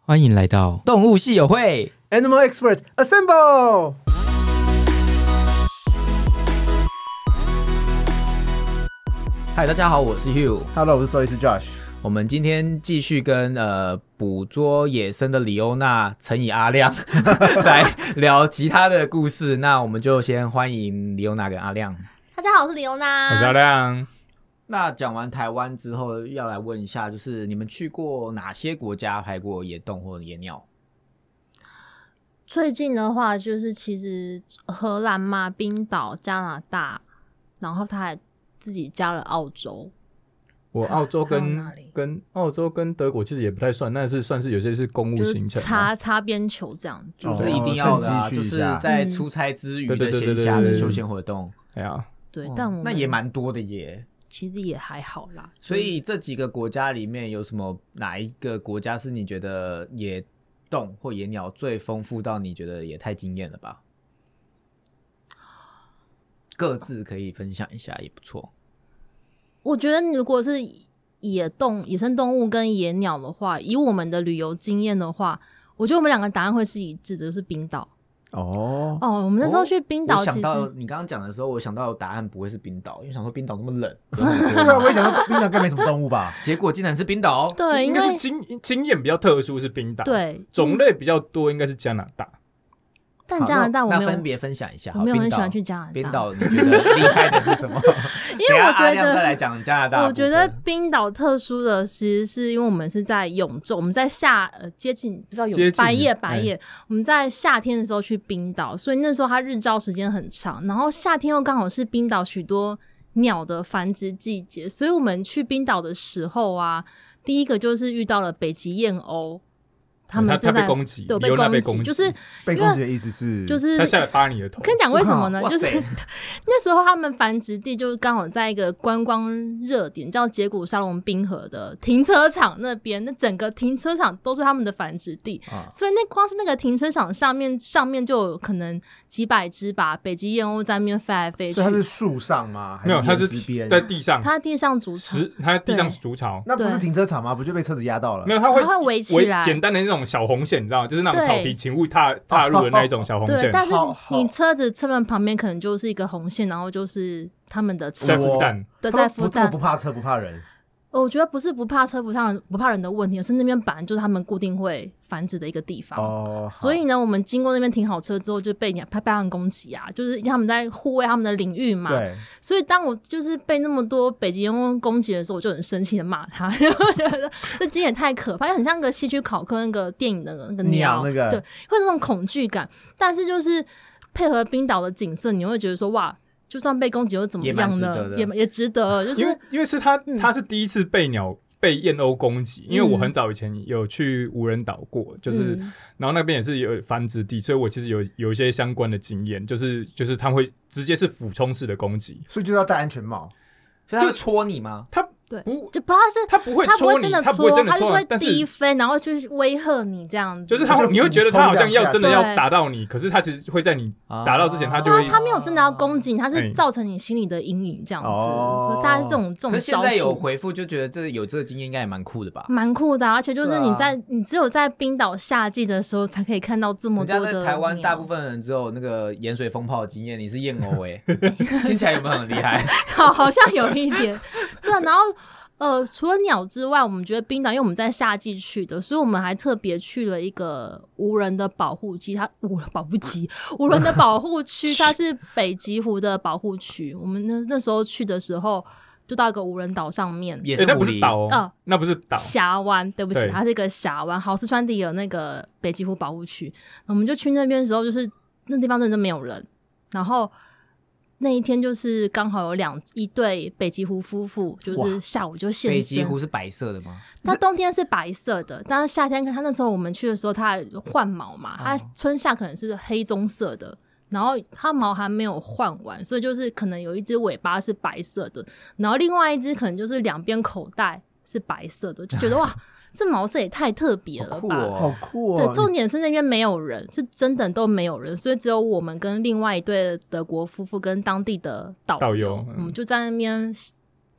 欢迎来到动物系友会。 Animal Expert Assemble！嗨，大家好，我是 Hugh。 Hello，我是兽医师 Josh。我们今天继续跟呃捕捉野生的里欧娜乘以阿亮 来聊其他的故事。那我们就先欢迎里欧娜跟阿亮。大家好，我是李欧娜。我是阿亮，那讲完台湾之后，要来问一下，就是你们去过哪些国家拍过野动或野鸟？最近的话，就是其实荷兰嘛、冰岛、加拿大，然后他还自己加了澳洲。我澳洲还有跟哪里跟澳洲跟德国其实也不太算，那是算是有些是公务就是行程啊嘛，擦擦边球这样哦子，就是一定要的、啊，哦趁就机去是一下在出差之余嗯对的对闲对对暇的对休闲活动。哎呀，对哦，但我们那也蛮多的耶。其实也还好啦。所以这几个国家里面有什么哪一个国家是你觉得野动或野鸟最丰富到你觉得也太惊艳了吧？各自可以分享一下也不错。我觉得如果是野动、野生动物跟野鸟的话，以我们的旅游经验的话，我觉得我们两个答案会是一致的，就是冰岛。哦，哦，我们那时候哦去冰岛，我其想实到你刚刚讲的时候，我想到答案不会是冰岛，因为想说冰岛那么冷，对 啊，我也想说 冰岛该没什么动物吧？结果竟然是冰岛。对，应因该是为经经验比较特殊是冰岛，，对，种类比较多应该是加拿大，但加拿大好我那没那有分别分享一下。我好没有很冰岛喜欢去加拿大冰岛你觉得厉害的是什么？ 因为我觉等一下阿亮再来得，讲加拿大的部分。我觉得冰岛特殊的其实是因为我们是在永昼，我们在夏呃接近不知道接有近白夜哎白夜，我们在夏天的时候去冰岛，所以那时候它日照时间很长，然后夏天又刚好是冰岛许多鸟的繁殖季节，所以我们去冰岛的时候啊，第一个就是遇到了北极燕鸥，它们它正它在被攻击对理由它被攻攻击就是被攻击的意思是，就是它下来扒你的头嗯我，跟你讲为什么呢？哇就塞是那时候他们繁殖地就是刚好在一个观光热点，叫节谷沙龙冰河的停车场那边，那整个停车场都是他们的繁殖地，啊所以那光是那个停车场上面上面就有可能几百只吧，北极燕鸥在那边飞来飞去所以它，是树上吗？还没有，它岩石是边在地上，它地上筑巢石，，它在地上对筑巢，那不是对停车场吗？不就被车子压到了没？有，它会它会围起围来简单的那种小红线，你知道吗？就是那种对草皮，请勿踏踏入的那一种小红对，线，但是好好你车子侧门旁边可能就是一个红线，然后就是他们的车在孵蛋，的他们在不孵这么蛋不。怕车不怕人，我觉得不是不怕车不怕人不怕人的问题，而是那边本来就是他们固定会繁殖的一个地方。哦，好所以呢，我们经过那边停好车之后，就被人家被他们攻击啊，就是他们在护卫他们的领域嘛。对，所以当我就是被那么多北极员工攻击的时候，我就很生气的骂他， 因为我觉得这景也太可怕，很像个戏剧考克那个电影的那个鸟那个对，会有那种恐惧感。但是就是配合冰岛的景色，你会觉得说哇，就算被攻击又怎么也蛮样值得呢？的也也值得，就因是为因为是它嗯，它是第一次被鸟被燕鸥攻击，因为我嗯很早以前有去无人岛过，就是嗯然后那边也是有繁殖地，所以我其实有有一些相关的经验，就是就是他们会直接是俯冲式的攻击，所以就要戴安全帽。所以他会戳你吗？它对不就不怕是它不会他不戳会你，真的它不会戳，真的就戳是你，会但低是飞，然后就是威吓你这样子。就是它就会，俯你会觉得它好像要真的要对打到你，可是它其实会在你打到之前，它就对啊会，他没有真的要攻击你，他哎是造成你心里的阴影这样子，哦所以大概是这种这可种是现招在有数。回复，就觉得这有这个经验应该也蛮酷的吧？蛮酷的啊、而且就是对你啊在、你只有在冰岛夏季的时候才可以看到这么人多家的哦在台湾鸟大部分人只有那个盐水风炮的经验，你是燕鸥哎， 听起来有没有很厉害？ 好好像有一点， 对啊。然后呃，除了鸟之外，我们觉得冰岛，因为我们在夏季去的，所以我们还特别去了一个无人的保护区，它无人保护区， 无人的保 护区，它是北极湖的保护区。我们那那时候去的时候，就到一个无人岛上面。也诶是那狐不是狸岛哦嗯，那不是岛，峡湾，对不起，对它是一个峡湾。好，四川底有那个北极湖保护区，我们就去那边的时候，就是那地方真的没有人。然后那一天就是刚好有两一对北极湖夫妇，就是哇下午就现北极身。狐是白色的吗？它冬天是白色的，但是夏天看它那时候我们去的时候，它还换毛嘛，它春夏可能是黑棕色的。然后它毛还没有换完，所以就是可能有一只尾巴是白色的，然后另外一只可能就是两边口袋是白色的，就觉得哇，这毛色也太特别好了酷吧！好哦！酷对，哦！重点是那边没有人，就真的都没有人，所以只有我们跟另外一对德国夫妇跟当地的导导游游，我们嗯就在那边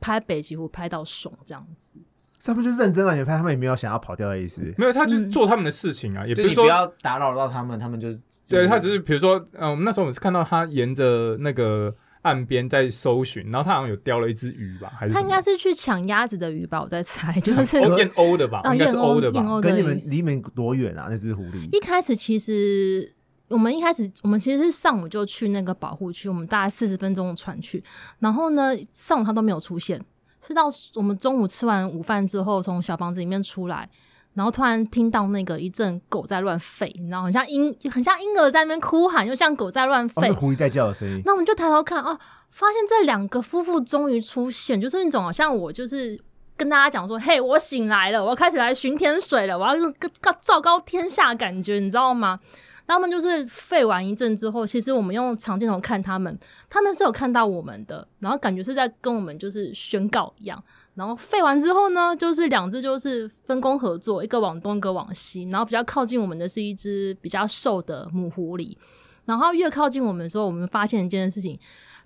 拍北极狐，拍到爽这样子。所以他们就认真让你拍，他们也没有想要跑掉的意思。没有，他就是嗯做他们的事情啊，也不就是你说不要打扰到他们，他们就对他只是比如说，嗯，我们那时候我们是看到他沿着那个岸边在搜寻，然后他好像有叼了一只鱼吧，还是他什应么该是去抢鸭子的鱼吧，我在猜，就是 欧燕欧的吧，啊应该燕是欧的燕吧。欧跟的你们鱼。离你们多远啊？那只狐狸一开始其实我们一开始我们其实是上午就去那个保护区，我们大概四十分钟的船去，然后呢上午它都没有出现，是到我们中午吃完午饭之后，从小房子里面出来。然后突然听到那个一阵狗在乱吠，你知道，很像婴，很像婴儿在那边哭喊，又像狗在乱哦，吠。是狐狸在叫的声音。那我们就抬头看哦，发现这两个夫妇终于出现，就是那种好像我就是跟大家讲说，嘿，我醒来了，我要开始来巡天水了，我要用个个昭告天下的感觉，你知道吗？然后他们就是吠完一阵之后，其实我们用长镜头看他们，他们是有看到我们的，然后感觉是在跟我们就是宣告一样。然后吠完之后呢，就是两只就是分工合作，一个往东，一个往西。然后比较靠近我们的是一只比较瘦的母狐狸，然后越靠近我们的时候，我们发现一件事情，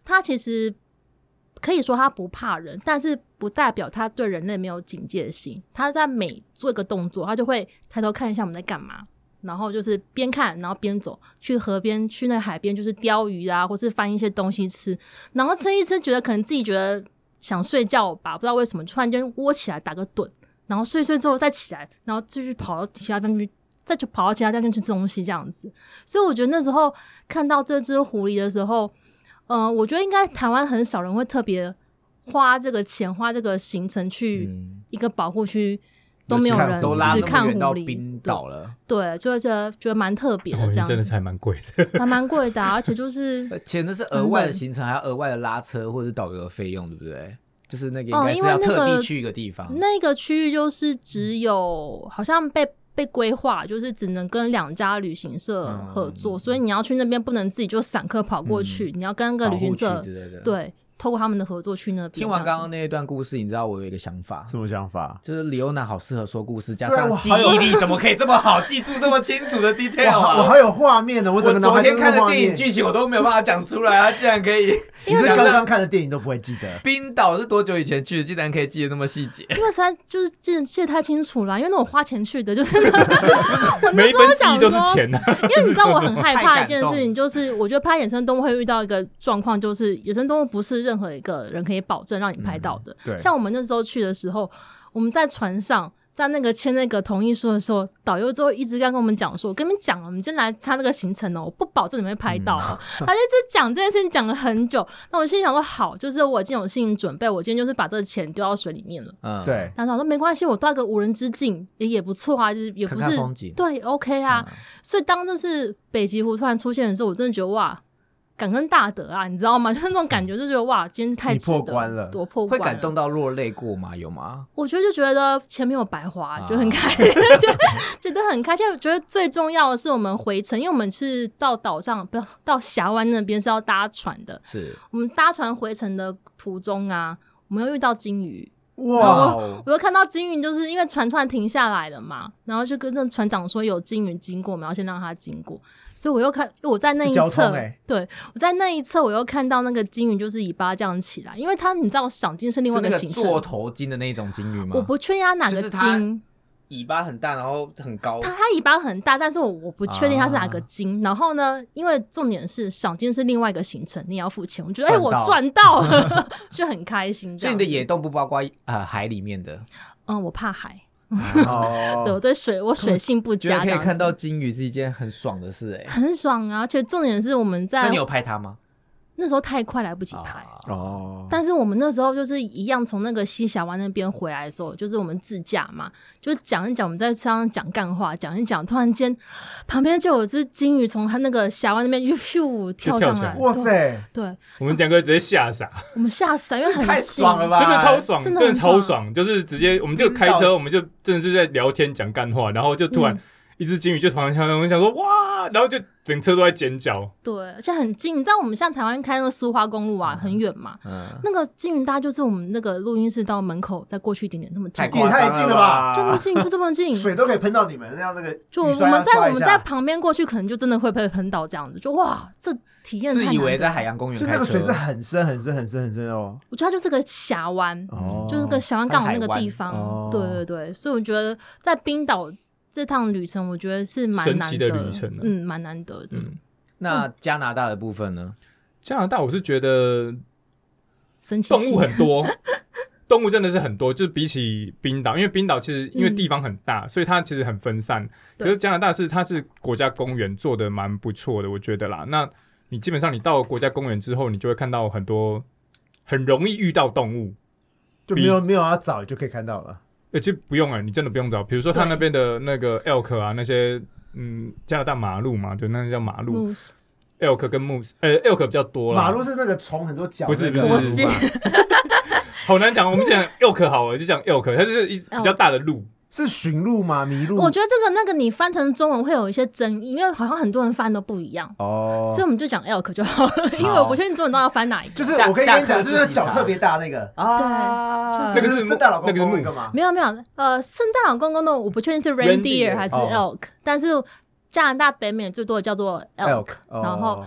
它其实可以说它不怕人，但是不代表它对人类没有警戒心。它在每做一个动作，它就会抬头看一下我们在干嘛，然后就是边看然后边走去河边、去那海边，就是钓鱼啊，或是翻一些东西吃，然后吃一吃，觉得可能自己觉得想睡觉吧，不知道为什么突然间窝起来打个盹，然后睡一睡之后再起来，然后继续跑到其他地方去。再就跑到其他地方去吃东西，这样子，所以我觉得那时候看到这只狐狸的时候，呃，我觉得应该台湾很少人会特别花这个钱、花这个行程去嗯一个保护区、都没有人都拉只那看么狐远到狸，冰岛了，对，对，就是觉得觉得蛮特别的哦这样真的子，是还蛮贵的，还蛮贵的啊、而 且就是而且那是额外的行程，还要额外的拉车或者是导游的费用，对不对？就是那个应哦该是因为要那特个地去一个地方，那个区域就是只有好像被被规划，就是只能跟两家旅行社嗯合作，所以你要去那边不能自己就散客跑过去，你要跟那个保旅护行区社之类的。，对透过他们的合作去那边。听完这刚样子刚那一段故事，你知道我有一个想法，什么想法？就是李欧娜好适合说故事，加对啊上我记好有忆力怎么可以这么好， 记住这么清楚的 detail 哇，啊？我好有画面呢，我整我个脑昨海天都是看的画电影面。剧情我都没有办法讲出来，他竟然可 以。。你是刚刚看的电影都不会记得冰岛是多久以前去的？竟然可以记得那么细节，因为实在就是记得记得太清楚了，因为那我花钱去的，就是我那每一时分候记忆想都是说，钱啊。 因为你知道我很害太怕感一件事情，就是我觉得拍野生动物会遇到一个状况，就是野生动物不是任何一个人可以保证让你拍嗯到的。对像我们那时候去的时候，我们在船上。在那个签那个同意书的时候，导游之后一直在跟我们讲说：“我跟你们讲，我们今天来参这个行程哦、我不保证你们会拍到、哦。嗯 他就一直讲这件事情讲了很久。那我心里想说：“好，就是我已经有心理准备，我今天就是把这个钱丢到水里面了。”嗯，啊对，他想说没关系，我到一个无人之境也也不错啊，就是也不是看看风景对 OK 啊。所以当这是北极狐突然出现的时候，我真的觉得哇，感恩大德啊，你知道吗？ 就是那种感觉，就觉得哇，今天太你值得破关了多破会关，感动。到落泪过吗？有吗？我觉得就觉得钱没有白花，啊就很开， 觉得觉得很开心。我觉得最重要的是我们回程，因为我们是到岛上，不到峡湾那边是要搭船的。是我们搭船回程的途中啊，我们又遇到金鱼。哇，哦我又看到金鱼，就是因为船突然停下来了嘛，然后就跟那船长说有金鱼经过，我们要先让它经过。所以我又看，我在那一是交侧，通欸对我在那一侧，我又看到那个金鱼就是尾巴这样起来，因为它你知道赏金是另外是一那个行程，做头巾的那种鲸鱼吗？我不确定它哪就个是它金，尾巴很大，然后很高它它尾巴很大，但是我我不确定它是哪啊个金。然后呢，因为重点是赏金是另外一个行程，你也要付钱。我觉得哎、赚我到赚到了， 就很开心所这以样你子。的野洞不包括呃海里面的，嗯，我怕海， 对我哦，对水我水性不觉佳，得可这以样看子到鲸鱼是一件很爽的事哎、很爽啊！而且重点是我们那在你有啊拍它吗？那时候太快来不及拍，哦，但是我们那时候就是一样从那个西峡湾那边回来的时候，就是我们自驾嘛，就讲一讲我们在车上讲干话，讲一讲，突然间旁边就有只金鱼从它那个峡湾那边 咻咻跳上就跳起来，来哇塞，对！对，我们两个直接 吓傻，我们吓死了，因为很太近爽了吧！真的超爽，真真的的很爽嗯超爽，就是直接我们就开冰岛车，我们就真的就在聊天讲干话，然后就突然嗯一只金鱼就突然跳上来，我想说哇，然后就整车都在尖叫。对，而且很近。你知道我们像台湾开那个苏花公路啊，很远嘛。嗯，那个金云大家就是我们那个录音室到门口，再过去一点点，那么近，太就夸张太了近了吧那么近，就这么 近。水都可以喷到你们，那样那个就雨我刷们要在刷我一们下在旁边过去，可能就真的会被喷到这样子。就哇，这体验太自难以为得在海洋公园所以开那个车水是，很深很深很深很深哦。我觉得它就是个峡湾，嗯哦就是个小湾港那个地方，它是海湾对对对，所以我觉得在冰岛这趟旅程，我觉得是蛮神难奇得的旅程啊嗯，蛮难得的。嗯，那加拿大的部分呢？加拿大我是觉得神奇动物是很多，动物真的是很多，就是比起冰岛，因为冰岛其实因为嗯地方很大，所以它其实很分散。可对是加拿大是它是国家公园做的蛮不错的，我觉得啦。那你基本上你到国家公园之后，你就会看到很多很容易遇到动物，就没有没有要找就可以看到了。呃，其实不用啊，你真的不用找。比如说它对那边的那个 elk 啊，那些嗯加拿大马路嘛，对，那个叫马路路， elk 跟 moose，呃 elk 比较多啦。马路是那个虫很多脚，不是那个不是路嘛好难讲，我们讲 elk 好了，就讲 elk，它就是一比较大的鹿。是驯鹿吗？麋鹿？我觉得这个那个你翻成中文会有一些争议，因为好像很多人翻都不一样，哦所以我们就讲 elk 就好了，因为我不确定中文到底要翻哪一个。就是下我可以跟下课你讲，就自己是脚查特别大那个，啊那个是圣诞老公那个是公牧那个吗？没有没有，呃，圣诞老公公的我不确定是 Reindeer， reindeer 还是哦 elk，、但是加拿大北美最多的叫做 elk，, Elk，哦然后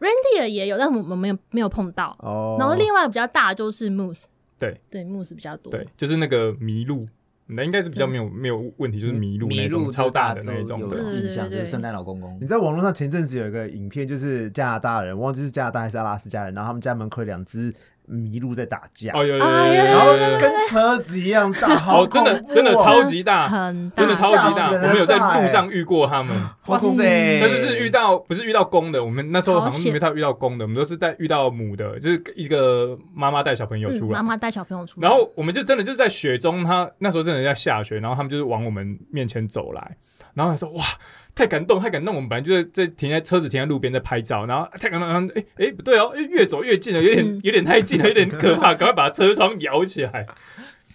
reindeer 也有，但是我们没有没有碰到。哦然后另外比较大的就是 moose，对对，moose 比较多。对，就是那个麋鹿，那应该是比较没有没有问题，就是麋鹿那嗯麋种鹿超大大的那种有的。对印象，对对就是对圣诞老公公你。在网络上前阵子有一个影片，就是加拿大人，忘记是加拿大还是阿拉斯加人，然后他们家门口有两只麋鹿在打架，哦有有哎有呀然有后有有有，跟车子一样大，好哦真的恐怖哦真的超级大，很大，啊真的超级大，吓死人我们有在了路上遇过他们。哇塞！但是是遇到不是遇到公的，我们那时候好好像险没到遇到公的，我们都是在遇到母的，就是一个妈妈带小朋友嗯，出来妈，妈带小朋友出来，然后我们就真的就在雪中，他那时候真的在下雪，然后他们就是往我们面前走来，然后他说哇，太感动，太感动！我们本来就是在停在车子停在路边在拍照，然后太感动，然后哎哎不对哦，哎越走越近了，有点嗯有点太近了，有点可怕，赶快把车窗摇起来。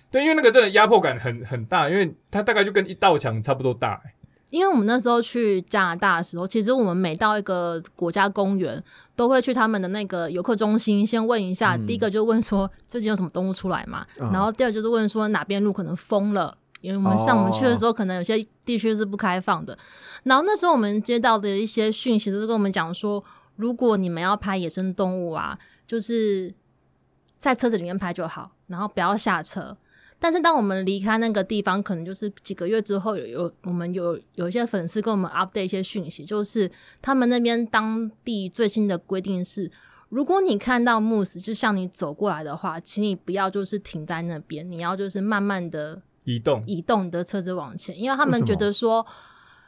对，因为那个真的压迫感很很大，因为它大概就跟一道墙差不多大、哎因为我们那时候去加拿大的时候，其实我们每到一个国家公园，都会去他们的那个游客中心先问一下，嗯第一个就问说最近有什么动物出来嘛，嗯然后第二就是问说哪边路可能封了。因为我们像我们去的时候，可能有些地区是不开放的。然后那时候我们接到的一些讯息，都是跟我们讲说，如果你们要拍野生动物啊，就是在车子里面拍就好，然后不要下车。但是当我们离开那个地方，可能就是几个月之后有，有我们有有一些粉丝跟我们 update 一些讯息，就是他们那边当地最新的规定是，如果你看到 moose 就向你走过来的话，请你不要就是停在那边，你要就是慢慢的移动移动你的车子往前，因为他为们什觉么得说，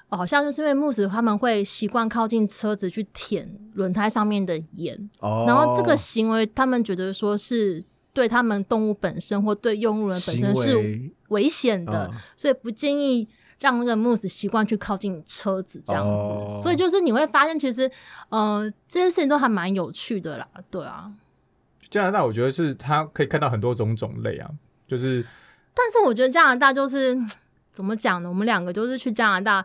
哦好像就是因为 moose 他们会习惯靠近车子去舔轮胎上面的盐，哦然后这个行为，他们觉得说是对他们动物本身或对用路人本身行是为危险的嗯，所以不建议让那个 moose 习惯去靠近车子这样子。哦所以就是你会发现，其实呃这些事情都还蛮有趣的啦，对啊。加拿大，我觉得是它可以看到很多种种类啊，就是但是我觉得加拿大就是怎么讲呢？我们两个就是去加拿大，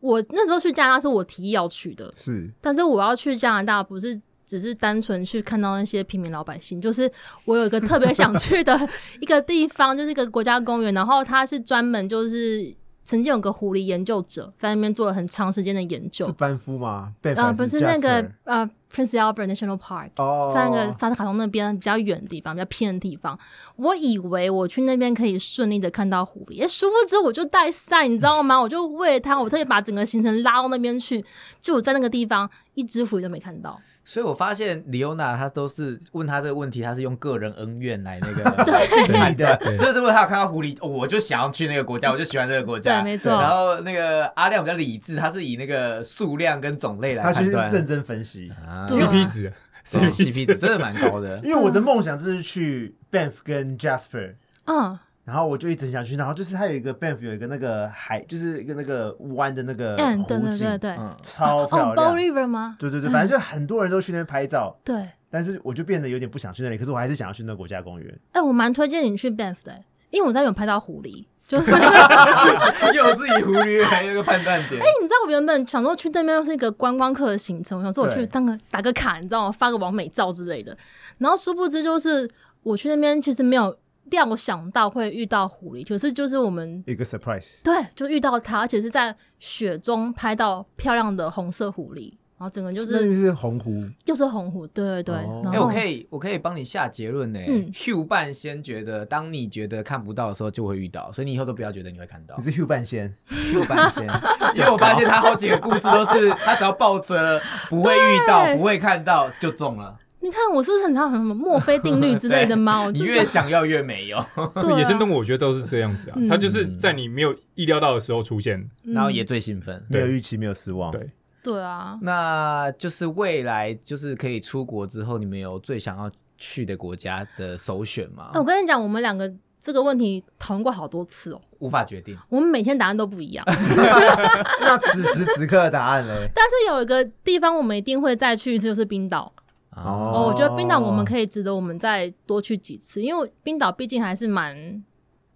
我那时候去加拿大是我提议要去的，是但是我要去加拿大，不是只是单纯去看到那些平民老百姓，就是我有一个特别想去的 一个地方，就是一个国家公园，然后它是专门就是曾经有个狐狸研究者在那边做了很长时间的研究是，班夫吗？呃，啊，不是那个呃 Prince Albert National Park。哦，在那个沙特卡通那边比较远的地方，比较偏的地方，我以为我去那边可以顺利的看到狐狸，诶殊不知我就带伞，你知道吗？我就为了它，我特意把整个行程拉到那边去，就我在那个地方一只狐狸都没看哦到。所以我发现李欧娜她都是问她这个问题，她是用个人恩怨来那 个对的对就是如果她有看到狐狸，哦我就想要去那个国家，我就喜欢这个国家。对没错然后那个阿亮比较理智，他是以那个数量跟种类来他就是判断。认真分析。啊对啊 CP 值哦，CP CP 值真的蛮高的。因为我的啊梦想就是去 Banff 跟 Jasper，嗯，然后我就一直想去，然后就是它有一个 Banff 有一个那个海，就是一个那个湾的那个嗯，对呃湖对对景，对，嗯， 超漂哦，Bow 亮。嗯 River 吗？对对对，反正就很多人都去那边拍照，对，哎、但是我就变得有哎点不想去那里，可是我还是想要去那个国家公园。我蛮推荐你去 Banff 的、因为我在那有拍到狐狸， 就是，哎、又是以忽略还有一个判断点。你知道我原本想说去那边是一个观光客的行程，我想说我去对当个打个卡，你知道吗？发个完美照之类的。然后殊不知就是我去那边其实没有料想到会遇到狐狸，可是就是我们一个 surprise。对就遇到它，而且是在雪中拍到漂亮的红色狐狸，然后整个就那是边是红湖，又是红狐，对对对。哦哎、然我后、可以，我可以帮你下结论呢、嗯 Hugh 半仙觉得，当你觉得看不到的时候，就会遇到，所以你以后都不要觉得你会看哦到你。是 Hugh 半仙， Hugh 半仙， 因为我发现他好几个故事都是他只要抱着不会遇到、对不会看到就中了，你看我是不是很常很什么墨菲定律之类的吗？我你就是越想要越没有，对啊野生动物我觉得都是这样子啊嗯，它就是在你没有意料到的时候出现。然后也嗯最兴奋。没有对预期，没有失哦望。对，对啊，那就是未来就是可以出国之后，你们有最想要去的国家的首选吗哦哎、？我跟你讲，我们两个这个问题讨论过好多次哦，无法决定。我们每天答案都不一样。那此时此刻的答案嘞？但是有一个地方我们一定会再去一次，就是冰岛。哦，哦，我觉得冰岛我们可以值得我们再多去几次，因为冰岛毕竟还是蛮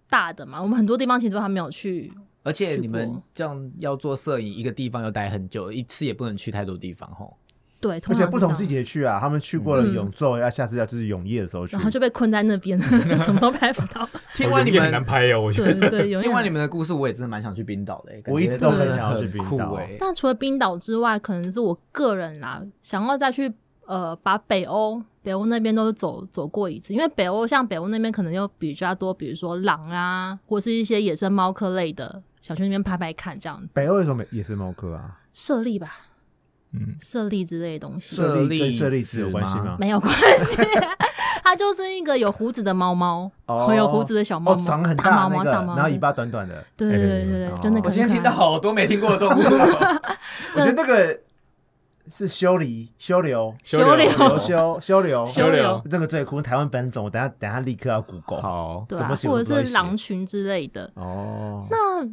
大的嘛，我们很多地方其实都还没有去。而且你去们过这样要做摄影，一个地方要待很久，一次也不能去太多地方吼。对，通而且常是不这同样季，节去啊，他们去过了嗯永昼，要下次要就是永夜的时候去然。后就被困在那边， 什么都拍不到。听完你也很们难拍哦，我觉对得。对对，有听点完你们的故事，我也真的蛮想去冰岛的、欸我一直感觉都很真的想要去冰岛很酷欸但除了冰岛之外，可能是我个人啦，想要再去呃把北欧北欧那边都走走过一次，因为北欧像北欧那边可能又比较多，比如说狼啊，或是一些野生猫科类的，想去那边拍拍看这样子，北欧有什么野生猫科啊？设立吧，嗯，设立之类的东西猞猁跟子舍利子有关系吗吗？没有关系。 它就是一个有胡子的猫猫，哦很有胡子的小猫哦，猫，长很大大猫那猫，个，大嗯猫猫，然后尾巴短短的。对对哎对对对，就哦那个很可爱。啊我哦今天听到好多没听过的动物，我觉得那个是修理、修流、 修流流流 修、修流、修流流，这个最酷，台湾本种。我等下等下立刻要 Google。好，对哦怎啊，么写我或都者会是写狼群之类的，哦，那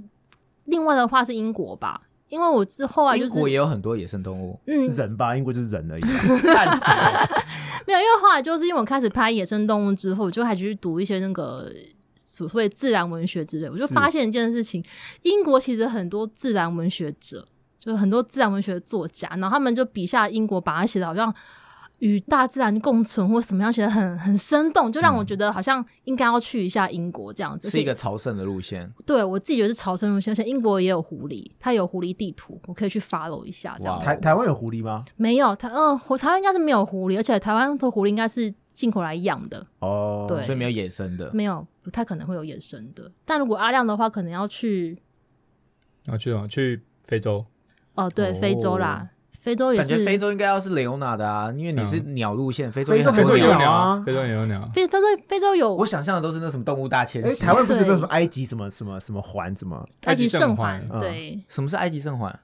另外的话是英国吧，因为我之后来就英是国也有很多野生动 物，嗯，人吧，英国就是人而已吧。但是没有，因为后来就是因为我开始拍野生动物之后，我就还去读一些那个所谓自然文学之类，我就是发现一件事情，英国其实很多自然文学者，就是很多自然文学作家，然后他们就笔下英国把它写的好像。与大自然共存或什么样，写的很很生动，就让我觉得好像应该要去一下英国这样子。是一个朝圣的路线。对我自己觉得是朝圣路线，而且英国也有狐狸，它有狐狸地图，我可以去 follow 一下这样哇 子。台台湾有狐狸吗？没有台，嗯、呃，台湾应该是没有狐狸，而且台湾的狐狸应该是进口来养的，哦，对所以没有野生的。没有不太可能会有野生的。但如果阿亮的话，可能要去然后哦去哪去非洲，哦、对，哦非洲啦，非洲也感是嗯觉非洲应该要是雷欧娜的啊，因为你是鸟路线，非洲非也洲很非多洲也有有鸟。鸟啊啊，非洲也有鸟。非非洲非洲有我想象的都是那什么动物大迁哎，徙。台湾不是有对什么埃及什么什么什么环什么？埃及圣埃环及圣，环对，什么是埃及圣环？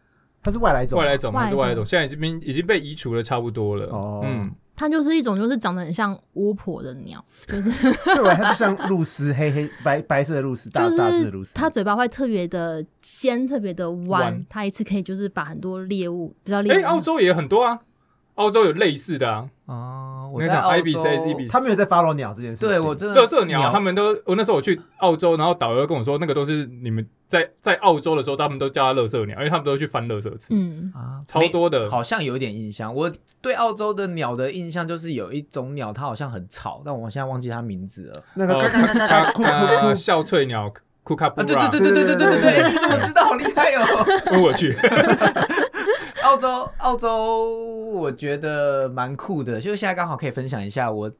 它是外来种吗，啊外来种还是外来种外来种？现在已经被已经被移除的差不多了。哦嗯，它就是一种就是长得很像巫婆的鸟，就是对吧？它就像露丝，黑黑白白色的露丝，大就大只的露是丝。它嘴巴会特别的尖，特别的弯弯，它一次可以就是把很多猎物比较猎哎，物澳洲也有很多啊，澳洲有类似的啊，哦，我那在像澳 ibis 洲 ibis，他没有在 follow 鸟这件事情。对我真的乐色鸟，啊他们都我那时候我去澳洲，然后导游跟我说，那个都是你们在在澳洲的时候，他们都叫它乐色鸟，因为他们都去翻乐色吃，嗯，啊超多的。好像有一点印象。我对澳洲的鸟的印象就是有一种鸟，它好像很吵，但我现在忘记它名字了。那个呃，嘎嘎嘎嘎嘎酷 呃酷笑翠鸟库卡布啊，对对拉，对对对对对对对，你怎么知道？好厉害 哦！跟我去，澳洲，澳洲，我觉得蛮酷的。就是现在刚好可以分享一下我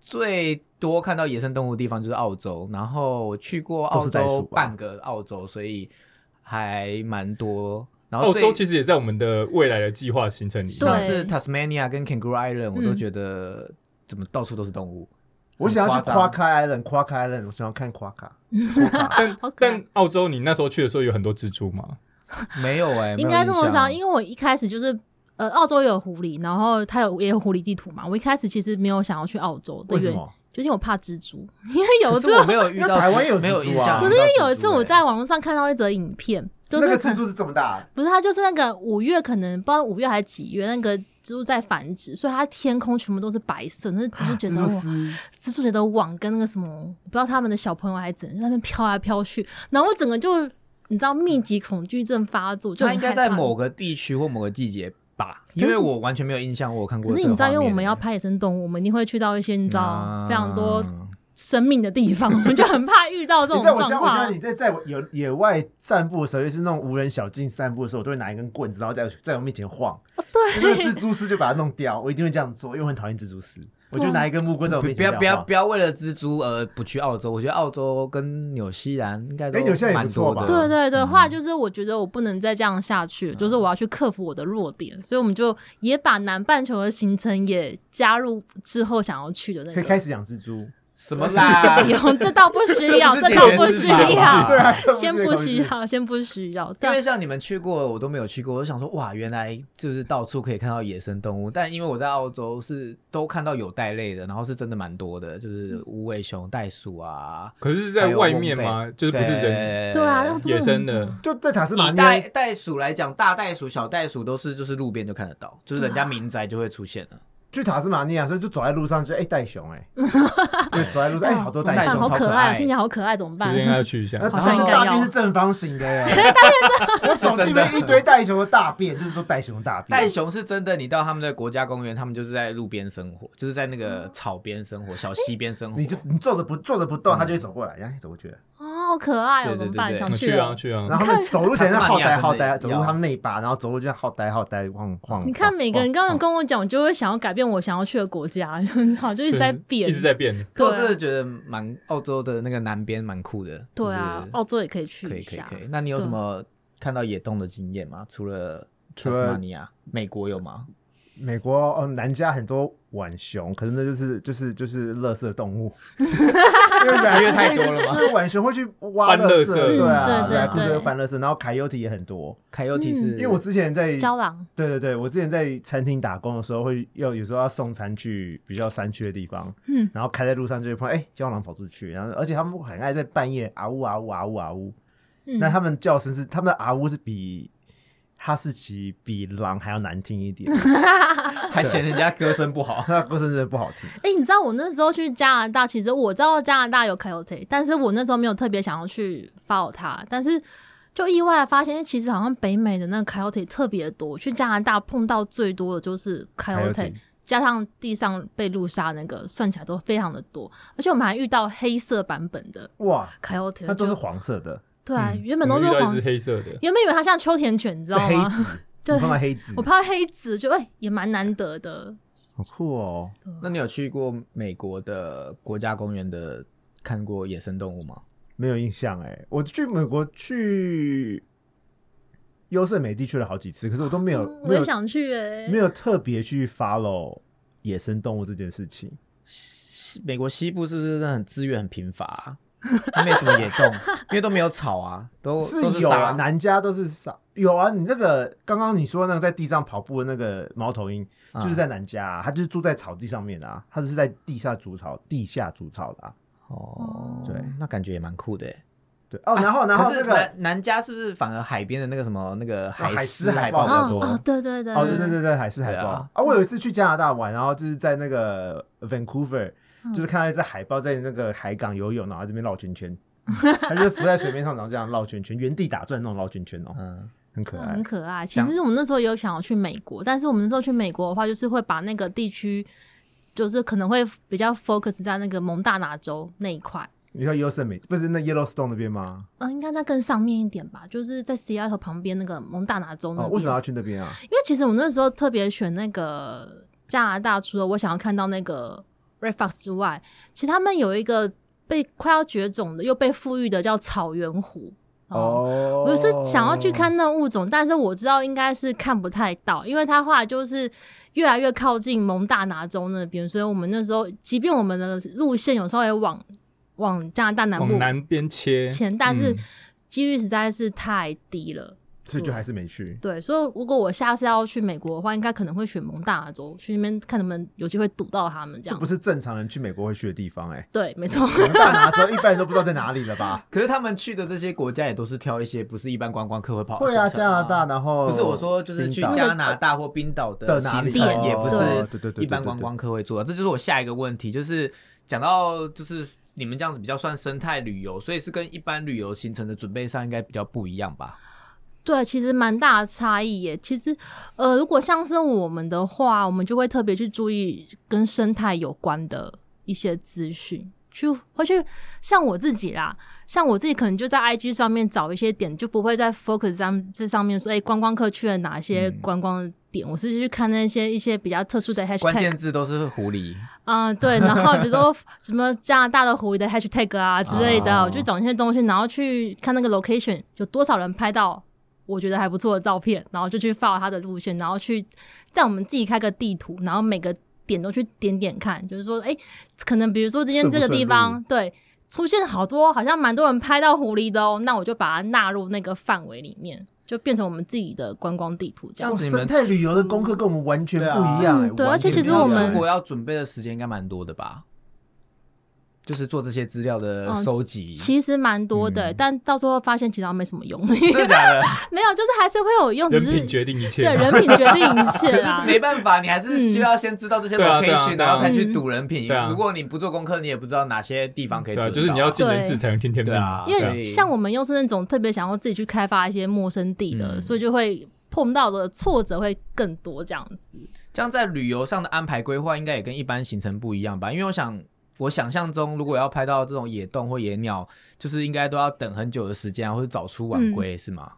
最多看到野生动物的地方就是澳洲，然后我去过都澳是袋洲鼠吧半个澳洲，所以还蛮多。然后澳最洲其实也在我们的未来的计划行程里面。像对是 Tasmania 跟 Kangaroo Island，我都嗯觉得怎么到处都是动物。我想要去夸夸张开 island，夸开 island，我想要看夸卡。夸 卡 但好可爱但澳洲，你那时候去的时候有很多蜘蛛吗？ 没有哎、应该这么想想，，因为我一开始就是呃，澳洲有狐狸，然后它有也有狐狸地图嘛。我一开始其实没有想要去澳洲的为什原因，么？就是因为我怕蜘蛛， 因为有可一是次我没有遇到台湾有没有蜘蛛印象，啊不是因因为有一次我在网络上看到一则影片，就那是个蜘蛛是这么大，不是它就是那个五月可能不知道五月还是几月那个蜘蛛在繁殖，所以它天空全部都是白色，那是蜘蛛结啊蜘的蛛网，丝，蜘蛛结的网跟那个什么，我不知道他们的小朋友还是怎样，就在那边飘来飘去，然后我整个就你知道密集恐惧症发作，就它很应该害在怕某个地区或某个季节吧，是因为我完全没有印象，我有看过这可个是画面。你知道，因为我们要拍野生动物，我们一定会去到一些你知道、啊非常多生命的地方，我们就很怕遇到这你种在我家，状我家况 你。在在我野野外散步的时候，尤其是那种无人小径散步的时候，我都会拿一根棍子，然后在在我面前晃，对，那个蜘蛛丝就把它弄掉。我一定会这样做，因为我很讨厌蜘蛛丝，我就拿一根木棍在我不面不前要不这样要晃不要为了蜘蛛而不去澳洲，我觉得澳洲跟纽西兰应该都哎纽西兰也蛮不错多吧的。对对对，后来就是我觉得我不能再这样下去了，就是我要去克服我的弱点，所以我们就也把南半球的行程也加入之后想要去的那可个。以开始养蜘蛛，什么是先啦不？用，这倒不需要，这不这是倒解不决需之法要，对啊先不需要，先不需要。因对为啊，像你们去过，我都没有去过。我就想说，哇，原来就是到处可以看到野生动物。但因为我在澳洲是都看到有袋类的，然后是真的蛮多的，就是无尾熊、袋鼠啊，可是是在外面吗？就是不是人人对啊，那真野生很的，就在塔斯马以尼袋亚。袋鼠来讲，大袋鼠、小袋鼠都是就是路边就看得到，就是人家民宅就会出嗯现了。去塔斯马尼亚，所以就走在路上就哎袋熊哎，对，走在路上哎好多哇袋袋熊熊啊好超可可爱，爱听起来好可爱，怎么是办不？是应该要去一下？然后好像应该大便要是正方形的耶， 我手是机里真的面一堆袋熊的大便，就是都袋熊的大便。袋熊是真的，你到他们的国家公园，他们就是在路边生活，就是在那哦个草边生活、小溪边生活。你就你坐着不坐着不动，它就会走过来，哎然后走过去了。哦，好可爱哦，对对怎么对办？对想嗯去去啊了。去啊！然后他们走路起来是好呆好塔斯马尼亚呆，真的走路他们那一把，然后走路就好呆好呆晃晃。你看每个人刚刚晃跟我讲，我就会想要改变我想要去的国家， 就是好就一直在变，一直在变。可我对啊真的觉得蛮澳洲的那个南边蛮酷的。对啊就，是澳洲也可以去可一以可以下可。以。那你有对什么看到野洞的经验吗？除了除除了嗯了马尼亚，美国有吗？美国哦，南加很多浣熊，可是那就是就是就是垃圾动物，因为因为太多了嘛因为浣熊会去挖翻垃垃圾，圾对啊，嗯对啊，对顾着对翻垃圾，然后凯尤提也很多，凯尤提嗯是，因为我之前在胶囊，对对对，我之前在餐厅打工的时候，会要有时候要送餐去比较山区的地方，嗯，然后开在路上就会碰到，哎、胶囊跑出去，然后而且他们很爱在半夜啊呜啊呜啊呜啊呜，嗯那他们叫声是他们的啊呜是比哈士奇比狼还要难听一点，还嫌人家歌声不好。 那歌声真的不好听。哎、你知道我那时候去加拿大，其实我知道加拿大有 coyote，但是我那时候没有特别想要去 follow 它，但是就意外地发现，其实好像北美的那个 coyote 特别多，去加拿大碰到最多的就是 coyote， coyote 加上地上被路杀那个，算起来都非常的多，而且我们还遇到黑色版本的哇， coyote，它都是就黄色的，对啊，嗯原本都是我们遇到黄一只，黑色的，原本以为它像秋田犬，你知是道黑吗？子， 对你碰到黑子我，怕黑子，就哎、也蛮难得的，好酷哦！那你有去过美国的国家公园的看过野生动物吗？没有印象哎，我去美国去优胜美地去了好几次，可是我都没有嗯，我没有也想去哎、没有特别去 follow 野生动物这件事情。西美国西部是不是真的很资源很贫乏、啊？没什么野洞， 因为都没有草啊，都是都是有沙。啊，南加都是少有啊。你那个刚刚你说那个在地上跑步的那个猫头鹰，嗯就是在南加、啊，它就是住在草地上面的啊，它是在地下筑巢，地下筑巢的啊。哦，对，那感觉也蛮酷的欸耶。对哦，然后然后啊可那是个啊南南加是不是反而海边的那个什么那个海海狮狮海海豹豹比比较较哦多？哦，对对对，哦，对对对对，海狮海豹对啊啊我有一次去加拿大玩，然后就是在那个 Vancouver，就是嗯看到一只海豹在那个海港游泳，然后在这边绕圈圈， 它就是浮在水面上，然后这样绕圈圈，原地打转那种绕圈圈哦，嗯，很可嗯爱很。可爱。其像实我们那时候也有想要去美国，但是我们那时候去美国的话，就是会把那个地区，就是可能会比较 focus 在那个蒙大拿州那一块。你说优胜美不是那 Yellowstone 那边吗？嗯，应该在更上面一点吧，就是在 Seattle 旁边那个蒙大拿州那哦，边。为什么要去那边啊？因为其实我那时候特别选那个加拿大，除了我想要看到那个 Red Fox 之外，其实他们有一个被快要绝种的又被富裕的叫草原虎。哦，我是想要去看那物种，但是我知道应该是看不太到，因为它后来就是越来越靠近蒙大拿州那边，所以我们那时候，即便我们的路线有时候也往往加拿大南部往南边切，前，但是嗯几率实在是太低了。所以就还是没去。对，所以如果我下次要去美国的话，应该可能会选蒙大拿州，去那边看能不能有机会堵到他们这这样不。是正常人去美国会去的地方哎、对，没错，我们大拿州一般人都不知道在哪里了吧？可是他们去的这些国家也都是挑一些不是一般观光客会跑的会啊，行程加拿大，然后不是我说就是去冰岛加拿大或冰岛的的哪行里程，哦也不对对对是对一般观光客会做的。这就是我下一个问题，就是讲到就是你们这样子比较算生态旅游，所以是跟一般旅游行程的准备上应该比较不一样吧？对，其实蛮大的差异耶。其实，呃，如果像是我们的话，我们就会特别去注意跟生态有关的一些资讯，去会去像我自己啦，像我自己可能就在 IG 上面找一些点，就不会在 focus 上这上面说，哎、观光客去了哪些嗯观光点，我是去看那些一些比较特殊的 hashtag，关键字都是狐狸，嗯，对，然后比如说什么加拿大的狐狸的 hashtag 啊之类的，哦我去找那些东西，然后去看那个 location 有多少人拍到我觉得还不错的照片，然后就去 follow 它的路线，然后去在我们自己开个地图，然后每个点都去点点看，就是说，哎，可能比如说今天顺不这个地顺方路对出现好多好像蛮多人拍到狐狸的哦，那我就把它纳入那个范围里面，就变成我们自己的观光地图这样这样哇子你们生态旅游的功课跟我们完全不一样哎、对啊嗯对而且完全其实不一样我们出国要准备的时间应该蛮多的吧？就是做这些资料的嗯收集，其实蛮多的，但到最后发现其实好像没什么用。 真的假的？没有，就是还是会有用，只人是品决定啊一切对嘛。人品决定一切 可是啦。没办法，你还是嗯需要先知道这些对啊对啊对 location，啊然后才去赌人品对啊。如果你不做功课，你也不知道哪些地 方可以对啊，赌。就是你要尽人事对才能听天命对啊，因对所为以像我们又是那种特别想要自己去开发一些陌生地的，嗯所以就会碰到的挫折会更多这样子。这样在旅游上的安排规划，应该也跟一般行程不一样吧？因为我想，我想象中如果要拍到这种野洞或野鸟，就是应该都要等很久的时间啊，或者早出嗯晚归，是吗？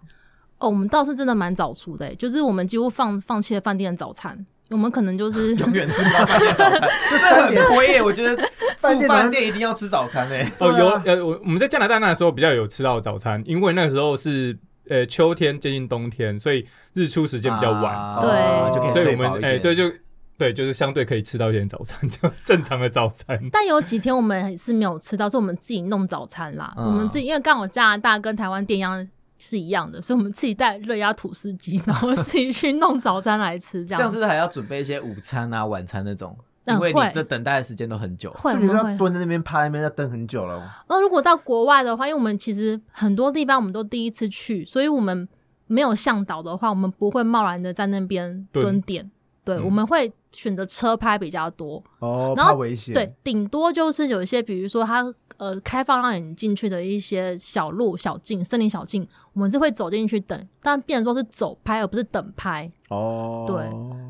哦，我们倒是真的蛮早出的、欸就是我们几乎放放弃了饭店的早餐，我们可能就是永远吃不到饭店早餐， 这很亏耶！我觉 得饭住店早餐饭店一定要吃早餐欸诶。哦，对啊有呃，我我们在加拿大那时候比较有吃到早餐，因为那个时候是呃秋天接近冬天，所以日出时间比较晚，啊对就可以所以我睡们饱一哎、点。对就对就是相对可以吃到一点早餐， 这样正常的早餐。 但有几天我们也是没有吃到，是我们自己弄早餐啦。嗯我们自己因为刚好加拿大跟台湾店一样是一样的，所以我们自己带热压吐司机，然后自己去弄早餐来吃，这这样样子是不是还要准备一些午餐啊、晚餐那种？嗯因为你会这等待的时间都很久。所会以我你们是会要蹲在那边趴在那边要等很久了，那如果到国外的话，因为我们其实很多地方我们都第一次去，所以我们没有向导的话，我们不会贸然的在那边蹲蹲点。对，嗯我们会选择车拍比较多。哦，然后怕危险，对，顶多就是有一些，比如说它呃开放让你进去的一些小路、小径、森林小径，我们是会走进去等，但变成说是走拍，而不是等拍。哦，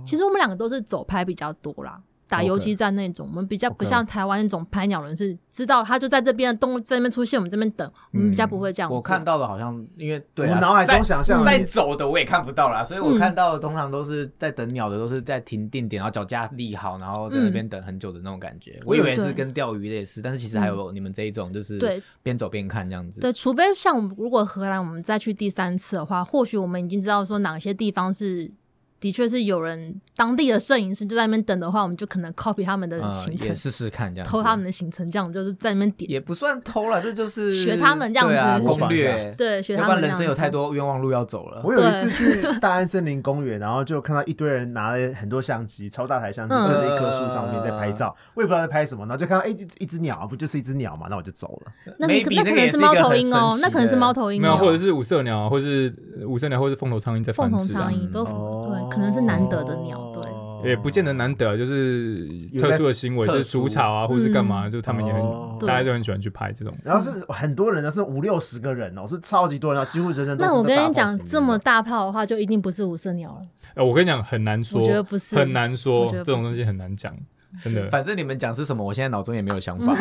其实我们两个都是走拍比较多啦，打 OK 游击战那种我们比较不 OK 像台湾那种拍鸟人是知道他就在这边的动物在那边出现，我们这边等，我们比较不会这样嗯做。我看到的好像因为对我啊，脑海中想象在你走的我也看不到啦，所以我嗯看到的通常都是在等鸟的，都是在停定点，然后脚架立好，然后在那边等很久的那种感嗯觉。我以为是对跟钓鱼类似，但是其实还有你们这一种，就是对边走边看这样子。对，除非像我们如果荷兰我们再去第三次的话，或许我们已经知道说哪些地方是的确是有人当地的摄影师就在那边等的话，我们就可能 copy 他们的嗯，行程，也试试看这样子。偷他们的行程，这样就是在那边点，也不算偷了，这就是学他们这样子对啊，模攻仿一下略。对，学要他不们然这人样生有子太多冤枉路要走了。我有一次去大安森林公园，然后就看到一堆人拿了很多相机，超大台相机，嗯蹲在一棵树上面在拍照，我也不知道在拍什么，然后就看到哎、一只一只鸟，不就是一只鸟嘛，那我就走了。那你可 maybe 那那可个也能是一猫个头很鹰神哦奇，那可能是的猫头鹰没有，哦，或者是五色鸟，或是呃五色鸟，或是凤头苍蝇在凤繁头殖啊苍，蝇都哦，对，可能是难得的鸟，对。也不见得难得，啊就是有在特殊的行为，就特是殊煮草啊，或是干嘛，嗯就他们也很哦，大家都很喜欢去拍这种。然后是很多人呢，是五六十个人哦，是超级多人，几乎人人都是那我大跟炮你讲型，的这么大炮的话，就一定不是五色鸟了。呃，我跟你讲，很难说，我觉得不是很难我说，觉得这不种是东西很 难讲，真的。反正你们讲是什么，我现在脑中也没有 想法。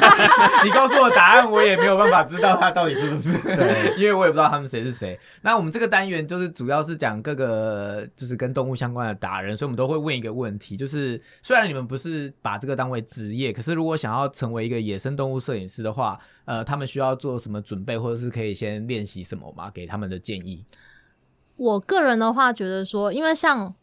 你告诉我答案，我也没有办法知道他到底是不是， 因为我也不知道他们谁是谁。那我们这个单元就是主要是讲各个就是跟动物相关的达人，所以我们都会问一个问题，就是虽然你们不是把这个当为职业，可是如果想要成为一个野生动物摄影师的话，呃，他们需要做什么准备，或者是可以先练习什么吗？给他们的建议。我个人的话，觉得说，因为像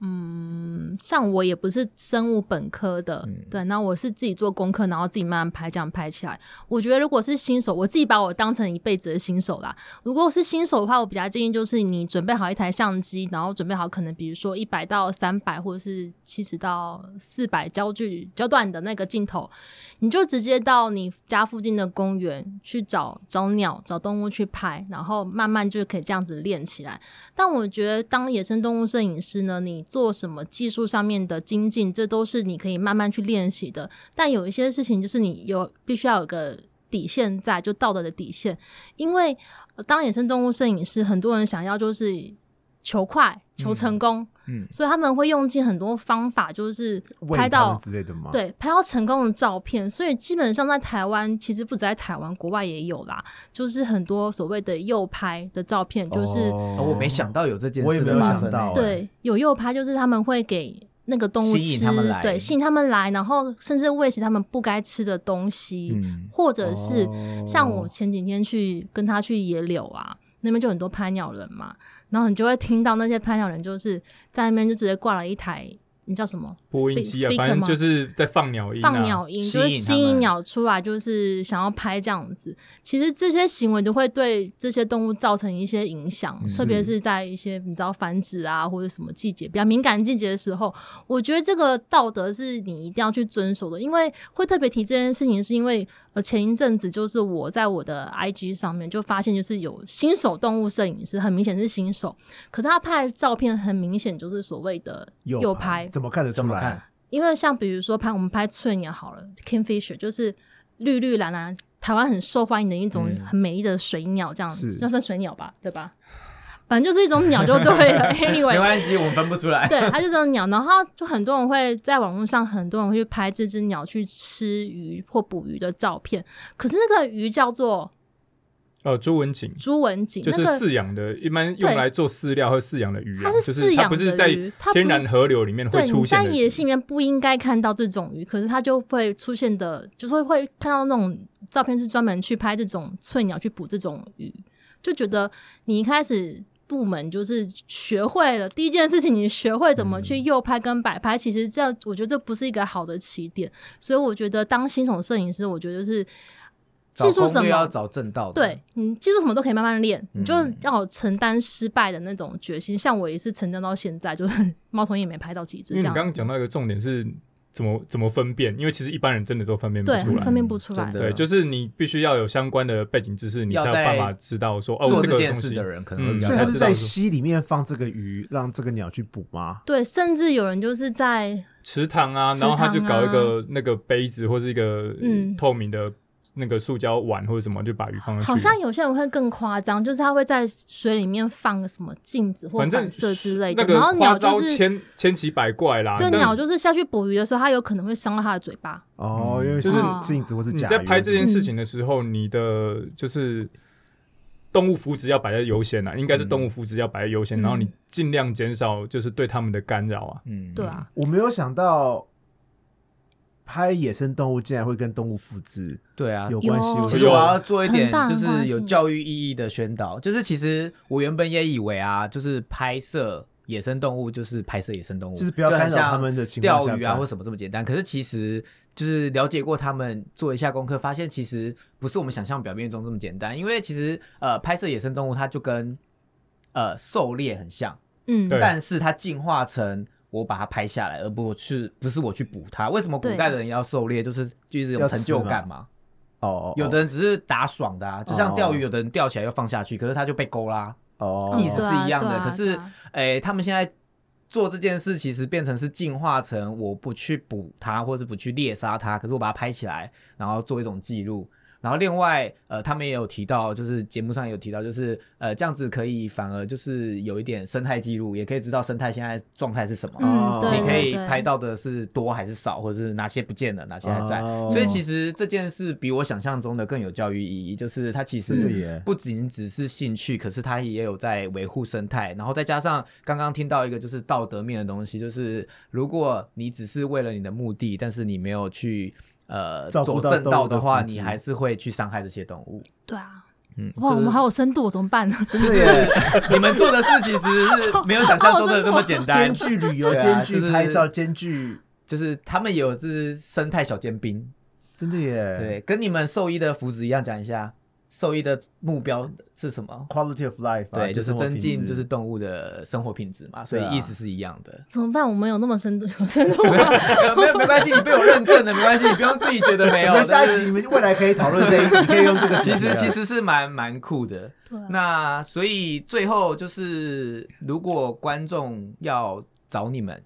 嗯，像我也不是生物本科的，嗯对，那我是自己做功课，然后自己慢慢拍，这样拍起来。我觉得如果是新手，我自己把我当成一辈子的新手啦。如果是新手的话，我比较建议就是你准备好一台相机，然后准备好可能比如说一百到三百，或者是七十到四百焦距焦段的那个镜头，你就直接到你家附近的公园去找找鸟、找动物去拍，然后慢慢就可以这样子练起来。但我觉得，当野生动物摄影师呢，你做什么技术上面的精进，这都是你可以慢慢去练习的。但有一些事情，就是你有必须要有个底线在，就道德的底线。因为、呃当野生动物摄影师，很多人想要就是求快、求成功，嗯嗯所以他们会用尽很多方法，就是喂拍他们到之类的吗？，对，拍到成功的照片，所以基本上在台湾，其实不止在台湾，国外也有啦，就是很多所谓的右拍的照片，就是、哦我没想到有这件我也事没有发想生欸到欸对，有诱拍就是他们会给那个动物吃，吸引他们来对，吸引他们来，然后甚至喂食他们不该吃的东西，嗯或者是、像我前几天去跟他去野柳啊，那边就很多拍鸟人嘛，然后你就会听到那些拍鸟人就是在那边就直接挂了一台，你叫什么播音 Speak- 机啊， speaker 反正吗就是在放鸟音、啊，放鸟音，就是吸吸引他们引鸟出来，就是想要拍这样子。其实这些行为都会对这些动物造成一些影响，嗯特别是在一些你知道繁殖啊或者什么季节比较敏感季节的时候，我觉得这个道德是你一定要去遵守的。因为会特别提这件事情，是因为呃前一阵子就是我在我的 IG 上面就发现，就是有新手动物摄影师，很明显是新手，可是他拍的照片很明显就是所谓的有右拍，怎么看得怎出么来看？？因为像比如说拍我们拍翠鸟好了，kingfisher 就是绿绿蓝蓝，台湾很受欢迎的一种嗯很美丽的水鸟，这样子、是就算水鸟吧，对吧？反正就是一种鸟就对 了没，anyway。关系，我们分不出来。对，它就是这种鸟，然后就很多人会在网络上，很多人会去拍这只鸟去吃鱼或捕鱼的照片。可是那个鱼叫做呃，朱文锦朱文锦，就是那个饲养的，一般用来做饲料和饲养的鱼、啊，它是就饲是它养不是的在鱼它不天是然河流里面会对出你现在的野鱼性里面不应该看到这种鱼，可是它就会出现的，就是会看到那种照片是专门去拍这种翠鸟去捕这种鱼，就觉得你一开始入门就是学会了第一件事情，你学会怎么嗯去右拍跟摆拍，其实这样我觉得这不是一个好的起点，所以我觉得当新手摄影师，我觉得就是技术找什攻略要么。找正道的，对你技术什么都可以慢慢练，你就嗯要有承担失败的那种决心。像我也是承担到现在，就是 猫头鹰也没拍到几只这因为你样刚。刚讲到一个重点是怎么怎么分辨，因为其实一般人真的都分辨不对，出很来分。辨不出来真。的对，就是你必须要有相关的背景知识，你才要有在办法知道说哦，做这这个件东事西的人可能会比较所以嗯啊他才知是才知道道在说溪里面放这个鱼，让这个鸟去捕吗？对，甚至有人就是在池塘啊，池然后他就塘搞一啊个那个杯子或是一个嗯透明的那个塑胶碗或者什么，就把鱼放上去。好像有些人会更夸张，就是他会在水里面放个什么镜子或反正反射之类那的，个然后花鸟招就是千千奇百怪啦。对但鸟就是下去捕鱼的时候，它有可能会伤到它的嘴巴。哦，嗯因为就是是镜子或是你假鱼。在拍这件事情的时候，你的就是动物福祉要摆在优先啊，应该是动物福祉要摆在优先，嗯然后你尽量减少就是对他们的干扰啊。嗯对，啊，我没有想到拍野生动物竟然会跟动物复制对啊，有关系。有我其觉实得我有要做一点很大，的就是关系有教育意义的宣导。就是其实我原本也以为啊，就是拍摄野生动物，就是拍摄野生动物，就是不要很干扰像他们的情况钓下鱼啊办或什么这么简单。可是其实就是了解过他们，做一下功课，发现其实不是我们想象表面中这么简单。因为其实呃，拍摄野生动物它就跟呃狩猎很像，嗯，对但是它进化成。我把它拍下来，而不是不是我去捕它。为什么古对代的人要狩猎，就是就是有要成吃就嘛感嘛？哦，有的人只是打爽的啊，就像钓哦鱼，有的人钓起来又放下去，可是他就被勾啦，哦，意思对是啊一样对的。啊可对是啊，诶，他们现在做这件事，其实变成是进化成我不去捕它，或是不去猎杀它，可是我把它拍起来，然后做一种记录。然后另外，呃，他们也有提到，就是节目上也有提到，就是呃，这样子可以反而就是有一点生态记录，也可以知道生态现在状态是什么。嗯，哦对，哦你可以对对拍到的是多还是少，或者是哪些不见了，哪些还在。哦所以其实这件事比我想象中的更有教育意义，就是它其真的实耶不仅只是兴趣，可是它也有在维护生态。然后再加上刚刚听到一个就是道德面的东西，就是如果你只是为了你的目的，但是你没有去。呃，照走顾到正道动物的话，福祉你还是会去伤害这些动物。对啊，嗯，哇，这我们好有深度，怎么办呢？ 。就是 你们做的事其实是没有想象中的那么简单兼，具旅游、对啊兼就是具拍照、兼具，就是他们也有是生态小尖兵，真的耶。对，跟你们兽医的福祉一样，讲一下兽医的目标是什么？ ，quality of life，啊对，就是生活增进品质就是动物的生活品质嘛，所以对啊意思是一样的 怎么办？我们有那么深度，有深度吗？ 没有没关系，你被我认证了，没关系，你不用自己觉得没有 我。们下但一是集你们未来可以讨论这一集，可以用 这个其讲的。实其实是蛮蛮酷的。对啊那所以最后就是，如果观众要找你们，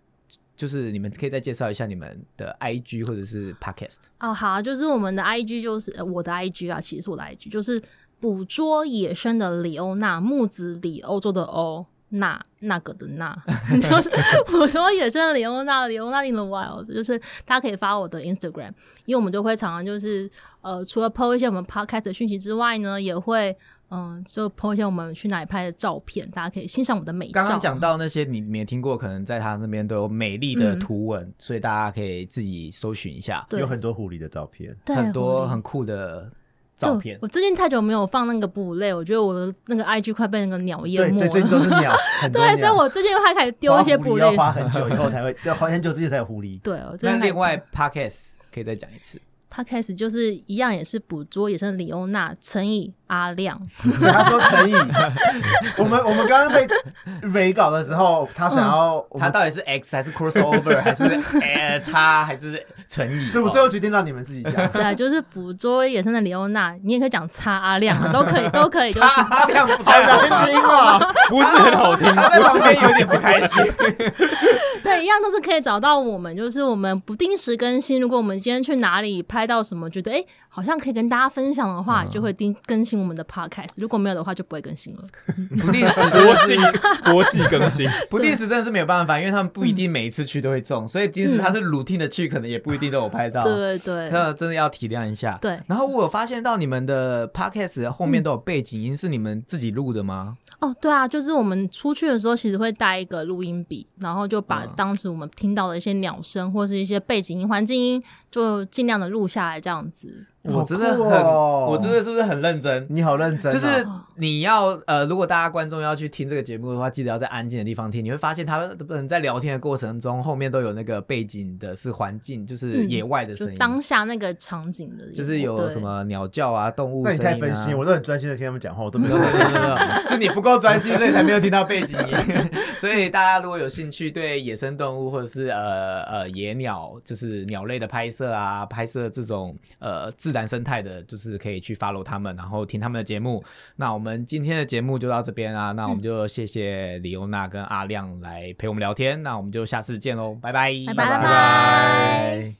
就是你们可以再介绍一下你们的 IG 或者是 Podcast。哦，好啊，就是我们的 IG 就是、呃、我的 IG 啊，其实是我的 IG 就是捕捉野生的里欧娜，木子里欧洲的欧。那那个的 那， 就是捕捉野生的里欧娜，里欧娜 in the wild，就是大家可以发我的 Instagram，因为我们就会常常就是呃，除了 PO 一些我们 podcast 的讯息之外呢，也会嗯、就 PO 一些我们去哪里拍的照片，大家可以欣赏我的美照。刚刚讲到那些你你也听过，可能在他那边都有美丽嗯的图文，所以大家可以自己搜寻一下，对有很多狐狸的照片，对很多狐狸很酷的就照片。我最近太久没有放那个捕类，我觉得我的那个 IG 快被那个鸟淹对没对，了。最近都是 鸟，很多对，鸟所以我最近还开始丢一些花狐狸捕要类。花很久以后才会，要花很久之前才有 狐狸。对，我最那近另外 Podcast 可以再讲一次， podcast 就是一样，也是捕捉野生里欧娜乘以阿亮， 对他说成语， 我们我们刚刚在 re 稿的时候，他想要，我它们到底是 X 还是 crossover 还是呃叉还是哦乘以？所以我最后决定让你们自己 讲。对啊，就是捕捉野生的里欧娜，你也可以讲擦阿亮啊，都可以，都可以，就是啊，亮不好太好难听啊！不是很好听，他在不旁是边有点不开 心。对，一样都是可以找到我们，就是我们不定时更新。如果我们今天去哪里拍到什么，觉得哎、诶好像可以跟大家分享的嗯话，就会定更新我们的 podcast。如果没有的话，就不会更新了。不定时国系国系更新，不定时真的是没有办法，因为他们不一定每一次去都会中，所以即使他是 routine 的去，可能也不一定都有拍到。嗯对对对，那真的要体谅一下。对然后我有发现到你们的 podcast 后面都有背景音，是你们自己录的吗？哦，对啊，就是我们出去的时候，其实会带一个录音笔，然后就把嗯当时我们听到的一些鸟声或是一些背景音、环境音，就尽量的录下来，这样子。好酷哦 哦我真的很，我真的是不是很认真？你好认真哦，就是你要呃，如果大家观众要去听这个节目的话，记得要在安静的地方听。你会发现他们呃在聊天的过程中，后面都有那个背景的是环境，就是嗯野外的就声音，当下那个场景的，就是有什。么鸟叫啊、动物那声你音、啊。太分心，我都很专心的听他们讲话，我都没有 没有。没有没有没有是你不够专心，所以才没有听到背景音。 所以大家如果有兴趣对野生动物或者是呃呃野鸟，就是鸟类的拍摄啊，拍摄这种呃自然生态的，就是可以去 follow 他们，然后听他们的节目。那我们今天的节目就到这边啊，那我们就谢谢李欧娜跟阿亮来陪我们聊天，那我们就下次见喽，拜拜，拜拜拜。